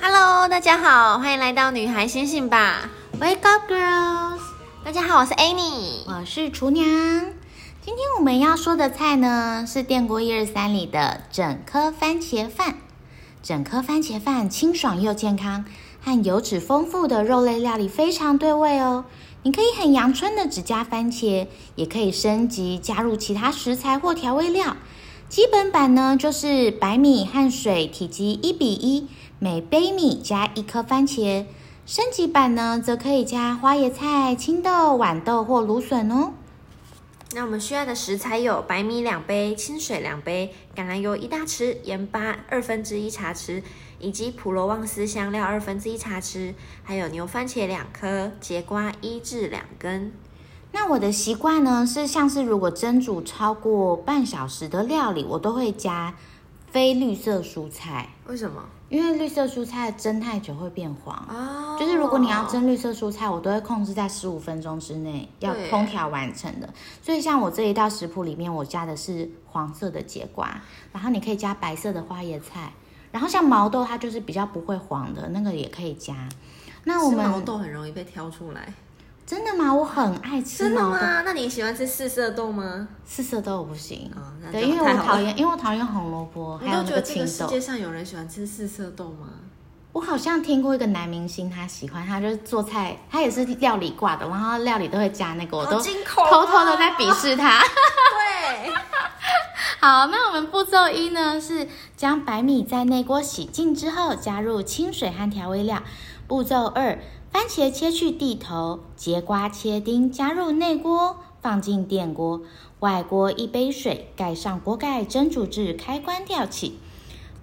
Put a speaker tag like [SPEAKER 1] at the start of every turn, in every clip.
[SPEAKER 1] Hello，大家好，欢迎来到《女孩醒醒吧
[SPEAKER 2] Wake up, girls！》。
[SPEAKER 1] 大家好，我是 Annie。
[SPEAKER 2] 我是厨娘。今天我们要说的菜呢，是电锅一二三里的整颗番茄饭。整颗番茄饭清爽又健康，和油脂丰富的肉类料理非常对味哦。你可以很阳春的只加番茄，也可以升级加入其他食材或调味料。基本版呢，就是白米和水体积一比一，每杯米加一颗番茄。升级版呢，则可以加花椰菜、青豆、豌豆或芦笋哦。
[SPEAKER 1] 那我们需要的食材有白米两杯、清水两杯、橄榄油一大匙、盐巴二分之一茶匙，以及普罗旺斯香料二分之一茶匙，还有牛番茄两颗、节瓜一至两根。
[SPEAKER 2] 那我的习惯呢是，像是如果蒸煮超过半小时的料理，我都会加非绿色蔬菜，
[SPEAKER 1] 为什么？
[SPEAKER 2] 因为绿色蔬菜蒸太久会变黄。
[SPEAKER 1] 哦
[SPEAKER 2] 就是如果你要蒸绿色蔬菜，我都会控制在十五分钟之内要
[SPEAKER 1] 对
[SPEAKER 2] 烹调完成的。所以像我这一道食谱里面，我加的是黄色的节瓜，然后你可以加白色的花椰菜，然后像毛豆它就是比较不会黄的那个也可以加。那我
[SPEAKER 1] 吃
[SPEAKER 2] 们
[SPEAKER 1] 毛豆很容易被挑出来，
[SPEAKER 2] 真的吗？我很爱吃
[SPEAKER 1] 真的
[SPEAKER 2] 毛豆，
[SPEAKER 1] 吗？那你喜欢吃四色豆吗？
[SPEAKER 2] 四色豆我不行。
[SPEAKER 1] 哦那
[SPEAKER 2] 对，
[SPEAKER 1] 这
[SPEAKER 2] 因
[SPEAKER 1] 样
[SPEAKER 2] 为
[SPEAKER 1] 太
[SPEAKER 2] 我
[SPEAKER 1] 好
[SPEAKER 2] 讨
[SPEAKER 1] 了
[SPEAKER 2] 厌，因为我讨厌红萝卜，
[SPEAKER 1] 你
[SPEAKER 2] 还有
[SPEAKER 1] 都
[SPEAKER 2] 那
[SPEAKER 1] 觉
[SPEAKER 2] 个
[SPEAKER 1] 得这
[SPEAKER 2] 青
[SPEAKER 1] 个世
[SPEAKER 2] 豆
[SPEAKER 1] 界。上有人喜欢吃四色豆吗？
[SPEAKER 2] 我好像听过一个男明星，他喜欢，他就是做菜，他也是料理挂的，然后料理都会加那个，我
[SPEAKER 1] 好
[SPEAKER 2] 都
[SPEAKER 1] 惊恐
[SPEAKER 2] 偷偷的在
[SPEAKER 1] 哦
[SPEAKER 2] 鄙视他。
[SPEAKER 1] 对，
[SPEAKER 2] 好，那我们步骤一呢是将白米在内锅洗净之后，加入清水和调味料。步骤二，番茄切去蒂头，节瓜切丁，加入内锅，放进电锅，外锅一杯水，盖上锅盖蒸煮至开关吊起。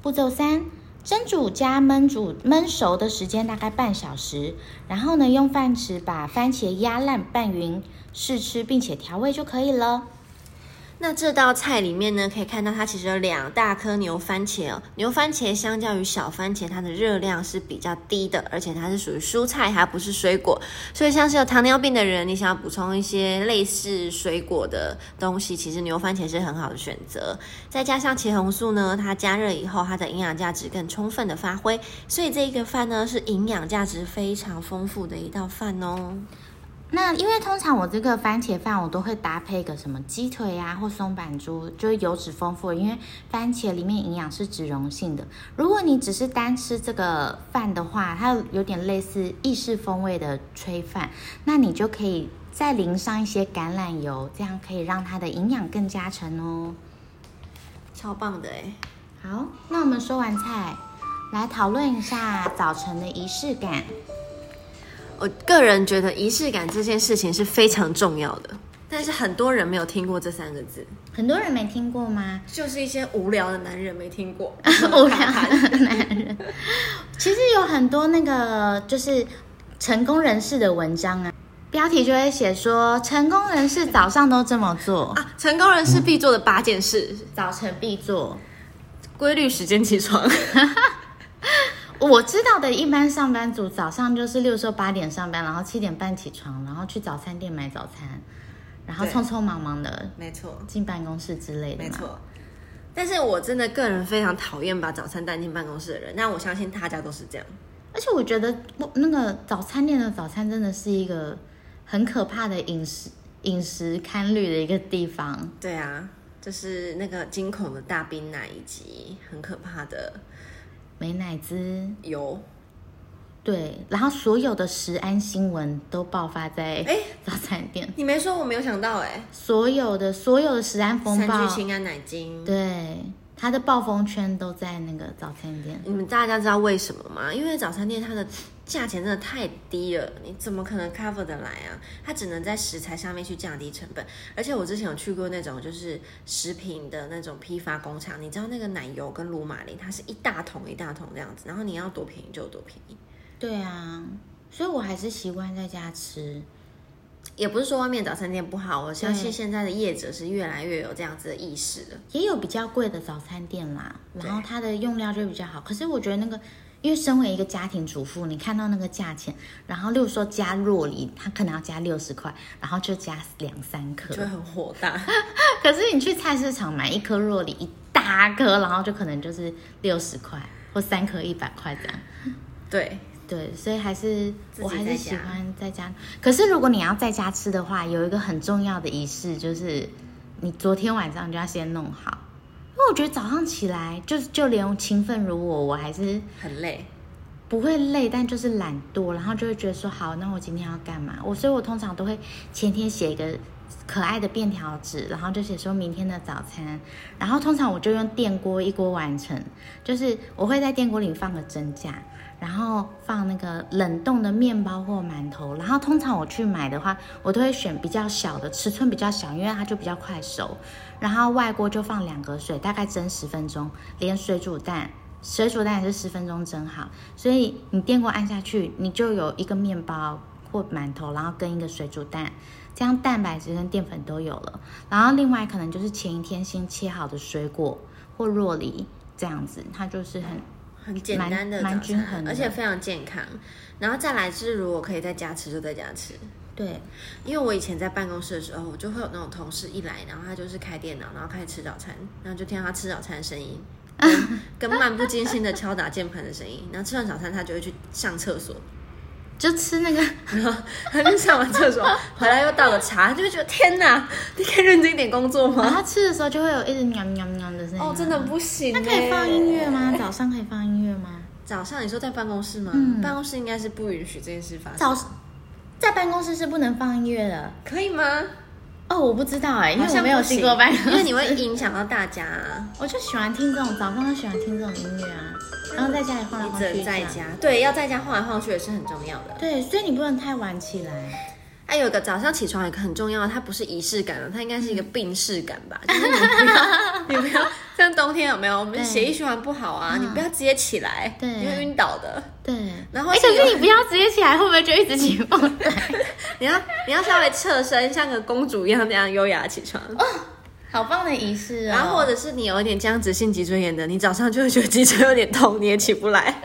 [SPEAKER 2] 步骤三，蒸煮加焖煮焖熟的时间大概半小时，然后呢用饭匙把番茄压烂拌匀，试吃并且调味就可以了。
[SPEAKER 1] 那这道菜里面呢，可以看到它其实有两大颗牛番茄哦。牛番茄相较于小番茄，它的热量是比较低的，而且它是属于蔬菜，它不是水果。所以像是有糖尿病的人，你想要补充一些类似水果的东西，其实牛番茄是很好的选择。再加上茄红素呢，它加热以后，它的营养价值更充分的发挥。所以这一个饭呢，是营养价值非常丰富的一道饭哦。
[SPEAKER 2] 那因为通常我这个番茄饭，我都会搭配个什么鸡腿呀、或松板猪，就是油脂丰富的。因为番茄里面营养是脂溶性的，如果你只是单吃这个饭的话，它有点类似意式风味的炊饭，那你就可以再淋上一些橄榄油，这样可以让它的营养更加成哦。
[SPEAKER 1] 超棒的欸诶。
[SPEAKER 2] 好，那我们说完菜，来讨论一下早晨的仪式感。
[SPEAKER 1] 我个人觉得仪式感这件事情是非常重要的，但是很多人没有听过这三个字，
[SPEAKER 2] 很多人没听过吗？
[SPEAKER 1] 就是一些无聊的男人没听 过。
[SPEAKER 2] 无聊的男人。其实有很多那个就是成功人士的文章啊，标题就会写说成功人士早上都这么做，
[SPEAKER 1] 啊，成功人士必做的八件事：
[SPEAKER 2] 早晨必做。
[SPEAKER 1] 规律时间起床，
[SPEAKER 2] 我知道的，一般上班族早上就是六说八点上班，然后七点半起床，然后去早餐店买早餐，然后
[SPEAKER 1] 对
[SPEAKER 2] 匆匆忙忙的
[SPEAKER 1] 没错，
[SPEAKER 2] 进办公室之类的
[SPEAKER 1] 没
[SPEAKER 2] 嘛。
[SPEAKER 1] 错。但是我真的个人非常讨厌把早餐带进办公室的人，那我相信大家都是这样。
[SPEAKER 2] 而且我觉得我那个早餐店的早餐真的是一个很可怕的饮食饮食堪虑的一个地方。
[SPEAKER 1] 对啊，就是那个惊恐的大冰奶以及很可怕的
[SPEAKER 2] 美乃滋，
[SPEAKER 1] 油。
[SPEAKER 2] 对，然后所有的食安新闻都爆发在
[SPEAKER 1] 哎
[SPEAKER 2] 早餐店，
[SPEAKER 1] 你没说，我没有想到哎、
[SPEAKER 2] 所有的所有的食安风
[SPEAKER 1] 三
[SPEAKER 2] 暴
[SPEAKER 1] 聚，氰胺奶精。
[SPEAKER 2] 对，它的暴风圈都在那个早餐店。
[SPEAKER 1] 你们大家知道为什么吗？因为早餐店它的价钱真的太低了，你怎么可能 cover 得来啊？它只能在食材上面去降低成本。而且我之前有去过那种就是食品的那种批发工厂，你知道那个奶油跟乳马林，它是一大桶一大桶这样子，然后你要多便宜就有多便宜，
[SPEAKER 2] 对啊，所以我还是习惯在家吃。
[SPEAKER 1] 也不是说外面早餐店不好，我相信
[SPEAKER 2] 对
[SPEAKER 1] 现在的业者是越来越有这样子的意识了。
[SPEAKER 2] 也有比较贵的早餐店啦，
[SPEAKER 1] 对
[SPEAKER 2] 然后它的用料就比较好。可是我觉得那个，因为身为一个家庭主妇，你看到那个价钱，然后例如说加若梨，它可能要加六十块，然后就加两三颗
[SPEAKER 1] 就。会很火大，
[SPEAKER 2] 可是你去菜市场买一颗若梨一大颗，然后就可能就是六十块或三颗一百块这样。
[SPEAKER 1] 对，
[SPEAKER 2] 对，所以还是
[SPEAKER 1] 自己
[SPEAKER 2] 我还
[SPEAKER 1] 在家
[SPEAKER 2] 是喜欢在家。可是如果你要在家吃的话，有一个很重要的仪式，就是你昨天晚上就要先弄好。因为我觉得早上起来，就就连勤奋如我，我还是
[SPEAKER 1] 很累。
[SPEAKER 2] 不会累，但就是懒惰，然后就会觉得说好，那我今天要干嘛？我所以，我通常都会前天写一个可爱的便条纸，然后就写说明天的早餐，然后通常我就用电锅一锅完成，就是我会在电锅里放个蒸架，然后放那个冷冻的面包或馒头，然后通常我去买的话，我都会选比较小的，尺寸比较小，因为它就比较快熟，然后外锅就放两格水，大概蒸十分钟，连水煮蛋。水煮蛋也是十分钟蒸好，所以你电锅按下去，你就有一个面包或馒头，然后跟一个水煮蛋，这样蛋白质跟淀粉都有了。然后另外可能就是前一天先切好的水果或若梨这样子，它就 是很
[SPEAKER 1] 很简
[SPEAKER 2] 蛮
[SPEAKER 1] 单的
[SPEAKER 2] 蛮
[SPEAKER 1] 早
[SPEAKER 2] 均衡
[SPEAKER 1] 餐，
[SPEAKER 2] 的
[SPEAKER 1] 而且非常健康。然后再来是，如果可以在家吃就在家吃，
[SPEAKER 2] 对
[SPEAKER 1] 因为我以前在办公室的时候，我就会有那种同事一来，然后他就是开电脑，然后开始吃早餐，然后就听到他吃早餐的声音， 跟跟漫不经心的敲打键盘的声音。然后吃完早餐，他就会去上厕所，
[SPEAKER 2] 就吃那个，
[SPEAKER 1] 他就上完厕所回来又倒个茶，他就会觉得天哪，你可以认真一点工作
[SPEAKER 2] 然
[SPEAKER 1] 吗？
[SPEAKER 2] 后吃的时候就会有一直喵喵喵的欸声音。
[SPEAKER 1] 哦，真的。不行、
[SPEAKER 2] 那可以放音乐？吗？早上可以放音乐吗？
[SPEAKER 1] 早上你说在办公室吗？
[SPEAKER 2] 嗯
[SPEAKER 1] 办公室应该是不允许这件事发生。
[SPEAKER 2] 早在办公室是不能放音乐的。
[SPEAKER 1] 可以吗？
[SPEAKER 2] 哦，我不知道哎、因
[SPEAKER 1] 好
[SPEAKER 2] 为我
[SPEAKER 1] 像
[SPEAKER 2] 没有
[SPEAKER 1] 不
[SPEAKER 2] 去
[SPEAKER 1] 行
[SPEAKER 2] 过办公室，
[SPEAKER 1] 因为你会影响到大 家、啊。
[SPEAKER 2] 我就喜欢听这种，早上就喜欢听这种音乐啊，然后在家里晃来
[SPEAKER 1] 你
[SPEAKER 2] 晃
[SPEAKER 1] 只
[SPEAKER 2] 去
[SPEAKER 1] 能
[SPEAKER 2] 这
[SPEAKER 1] 在
[SPEAKER 2] 样。
[SPEAKER 1] 家，对，要在家晃来晃去也是很重要的。
[SPEAKER 2] 对，所以你不能太晚起来。
[SPEAKER 1] 还有一个早上起床有一个很重要的，它不是仪式感哦了，它应该是一个病逝感吧？就是你不要， 你不要像冬天有没有？我们
[SPEAKER 2] 对
[SPEAKER 1] 血液循环不好啊，你不要直接起来，
[SPEAKER 2] 对
[SPEAKER 1] 你会晕倒的。
[SPEAKER 2] 对，
[SPEAKER 1] 然后
[SPEAKER 2] 哎、
[SPEAKER 1] 这
[SPEAKER 2] 可
[SPEAKER 1] 个
[SPEAKER 2] 是你不要直接起来，会不会就一直起风来？
[SPEAKER 1] 你要你要稍微侧身，像个公主一样那样优雅起床。
[SPEAKER 2] 好棒的仪式哦！
[SPEAKER 1] 然后或者是你有一点僵直性脊椎炎的，你早上就会觉得脊椎有点痛，你也起不来。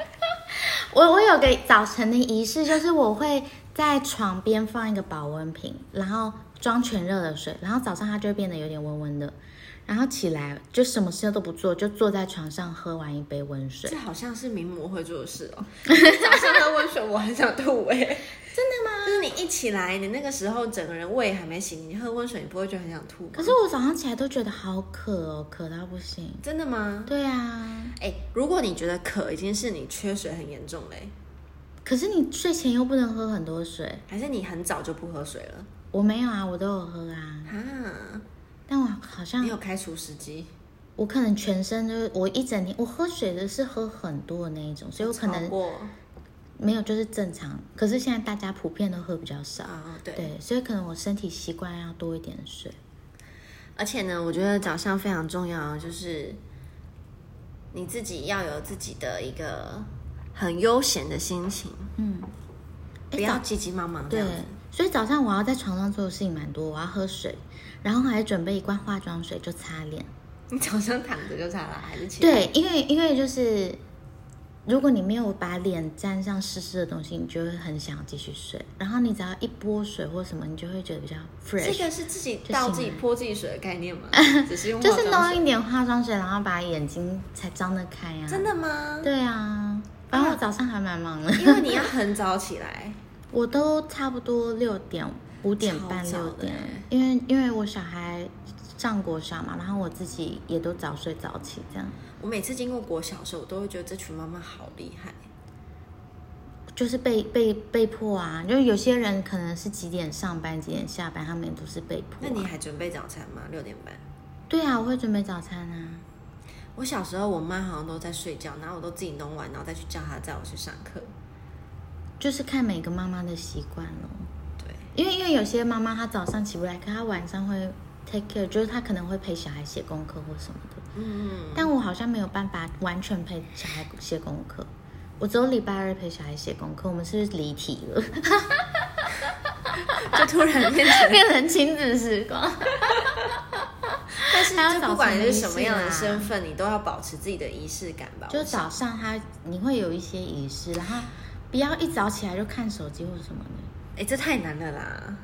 [SPEAKER 2] 我我有个早晨的仪式，就是我会在床边放一个保温瓶，然后装全热的水，然后早上它就会变得有点温温的，然后起来就什么事都不做，就坐在床上喝完一杯温水
[SPEAKER 1] 这。好像是名模会做的事哦。 早上喝温水，我很想吐哎、
[SPEAKER 2] 真的吗？
[SPEAKER 1] 就是你一起来，你那个时候整个人胃还没醒，你喝温水，你不会觉得很想吐吗
[SPEAKER 2] 可是我早上起来都觉得好渴哦，渴到不行。
[SPEAKER 1] 真的吗？
[SPEAKER 2] 对啊，
[SPEAKER 1] 哎、如果你觉得渴，已经是你缺水很严重嘞、
[SPEAKER 2] 可是你睡前又不能喝很多水。
[SPEAKER 1] 还是你很早就不喝水了？
[SPEAKER 2] 我没有啊，我都有喝啊，
[SPEAKER 1] 啊，
[SPEAKER 2] 但我好像
[SPEAKER 1] 你有开除湿机？
[SPEAKER 2] 我可能全身就是我一整天我喝水的是喝很多的那一种，所以我可
[SPEAKER 1] 超
[SPEAKER 2] 能
[SPEAKER 1] 过
[SPEAKER 2] 没有就是正常。可是现在大家普遍都喝比较少，
[SPEAKER 1] 啊，对。
[SPEAKER 2] 对，所以可能我身体习惯要多一点水。
[SPEAKER 1] 而且呢，我觉得早上非常重要，就是你自己要有自己的一个很悠闲的心情，
[SPEAKER 2] 嗯，
[SPEAKER 1] 不要急急忙忙这
[SPEAKER 2] 对
[SPEAKER 1] 样子。，
[SPEAKER 2] 所以早上我要在床上做的事情蛮多，我要喝水，然后还准备一罐化妆水就擦脸。
[SPEAKER 1] 你 早上躺着就擦啦，还是起来？
[SPEAKER 2] 对，因为因为就是，如果你没有把脸沾上湿湿的东西，你就会很想继续睡。然后你只要一拨水或什么，你就会觉得比较 fresh，、
[SPEAKER 1] 这个是自己
[SPEAKER 2] 就
[SPEAKER 1] 倒
[SPEAKER 2] 醒
[SPEAKER 1] 自己
[SPEAKER 2] 来
[SPEAKER 1] 泼自己水的概念 吗？只是用
[SPEAKER 2] 就是
[SPEAKER 1] 化妆
[SPEAKER 2] 弄
[SPEAKER 1] 水
[SPEAKER 2] 一点化妆水，然后把眼睛才张得开啊。
[SPEAKER 1] 真？的吗？
[SPEAKER 2] 对啊，然后我早上还蛮忙的，
[SPEAKER 1] 因为你要很早起来，
[SPEAKER 2] 我都差不多六点、五点半、
[SPEAKER 1] 超早
[SPEAKER 2] 六
[SPEAKER 1] 的
[SPEAKER 2] 点
[SPEAKER 1] 欸，
[SPEAKER 2] 因为因为我小孩上国小嘛，然后我自己也都早睡早起这样。
[SPEAKER 1] 我每次经过国小的时候，我都会觉得这群妈妈好厉害。
[SPEAKER 2] 就是被被被迫啊，就是有些人可能是几点上班，几点下班，他们也都是被迫、
[SPEAKER 1] 那
[SPEAKER 2] 啊。
[SPEAKER 1] 你还准备早餐吗？六点半。
[SPEAKER 2] 对啊，我会准备早餐啊。
[SPEAKER 1] 我小时候，我妈好像都在睡觉，然后我都自己弄完，然后再去叫她载我去上课。
[SPEAKER 2] 就是看每个妈妈的习惯咯。
[SPEAKER 1] 对，
[SPEAKER 2] 因为因为有些妈妈她早上起不来，可她晚上会 take care，就是她可能会陪小孩写功课或什么的。
[SPEAKER 1] 嗯，
[SPEAKER 2] 但我好像没有办法完全陪小孩写功课，我只有礼拜二陪小孩写功课。我们是不是离题了？
[SPEAKER 1] 就突然变 成，
[SPEAKER 2] 变成亲子时光。
[SPEAKER 1] 但是
[SPEAKER 2] 还有
[SPEAKER 1] 就不
[SPEAKER 2] 早
[SPEAKER 1] 管
[SPEAKER 2] 晨
[SPEAKER 1] 你
[SPEAKER 2] 的
[SPEAKER 1] 是
[SPEAKER 2] 仪
[SPEAKER 1] 什么
[SPEAKER 2] 式
[SPEAKER 1] 样的
[SPEAKER 2] 啊
[SPEAKER 1] 身份，你都要保持自己的仪式感吧。
[SPEAKER 2] 就
[SPEAKER 1] 我想
[SPEAKER 2] 早上他你会有一些仪式，然后不要一早起来就看手机或者什么的。
[SPEAKER 1] 哎、这太难了啦。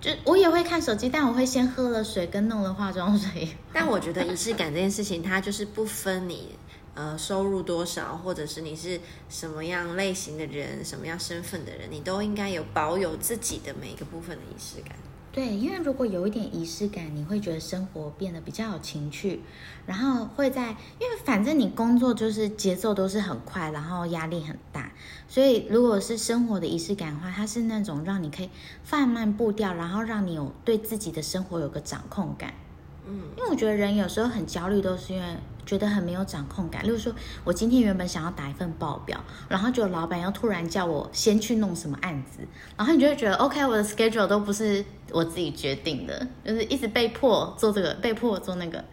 [SPEAKER 2] 就我也会看手机，但我会先喝了水跟弄了化妆水。
[SPEAKER 1] 但我觉得仪式感这件事情，它就是不分你。嗯、呃收入多少，或者是你是什么样类型的人、什么样身份的人，你都应该有保有自己的每一个部分的仪式感。
[SPEAKER 2] 对，因为如果有一点仪式感，你会觉得生活变得比较有情趣，然后会在，因为反正你工作就是节奏都是很快，然后压力很大，所以如果是生活的仪式感的话，它是那种让你可以放慢步调，然后让你有对自己的生活有个掌控感。
[SPEAKER 1] 嗯
[SPEAKER 2] 因为我觉得人有时候很焦虑，都是因为觉得很没有掌控感。例如说，我今天原本想要打一份报表，然后就老板又突然叫我先去弄什么案子，然后你就会觉得 OK，我的 schedule 都不是我自己决定的，就是一直被迫做这个，被迫做那个。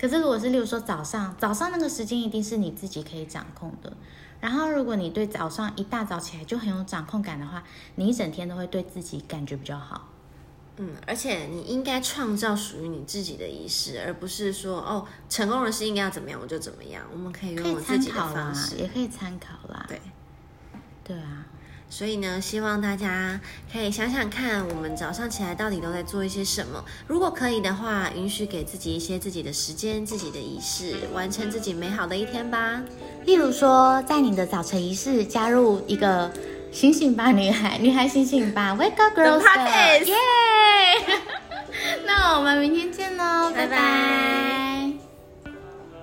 [SPEAKER 2] 可是如果是例如说早上，早上那个时间一定是你自己可以掌控的。然后如果你对早上一大早起来就很有掌控感的话，你一整天都会对自己感觉比较好。
[SPEAKER 1] 嗯，而且你应该创造属于你自己的仪式，而不是说哦，成功人士应该要怎么样我就怎么样。我们可以
[SPEAKER 2] 可
[SPEAKER 1] 用
[SPEAKER 2] 以
[SPEAKER 1] 我自
[SPEAKER 2] 参
[SPEAKER 1] 己的
[SPEAKER 2] 考啦
[SPEAKER 1] 方，式，
[SPEAKER 2] 也可以参考啦。
[SPEAKER 1] 对。
[SPEAKER 2] 对啊，
[SPEAKER 1] 所以呢，希望大家可以想想看，我们早上起来到底都在做一些什么。如果可以的话，允许给自己一些自己的时间、自己的仪式，完成自己美好的一天吧。
[SPEAKER 2] 例如说，在你的早晨仪式加入一个醒醒吧女孩，女孩醒醒吧，Wake up girls，
[SPEAKER 1] The Parties
[SPEAKER 2] 耶！那我们明天见喽，
[SPEAKER 1] 拜
[SPEAKER 2] 拜
[SPEAKER 1] 拜
[SPEAKER 2] 拜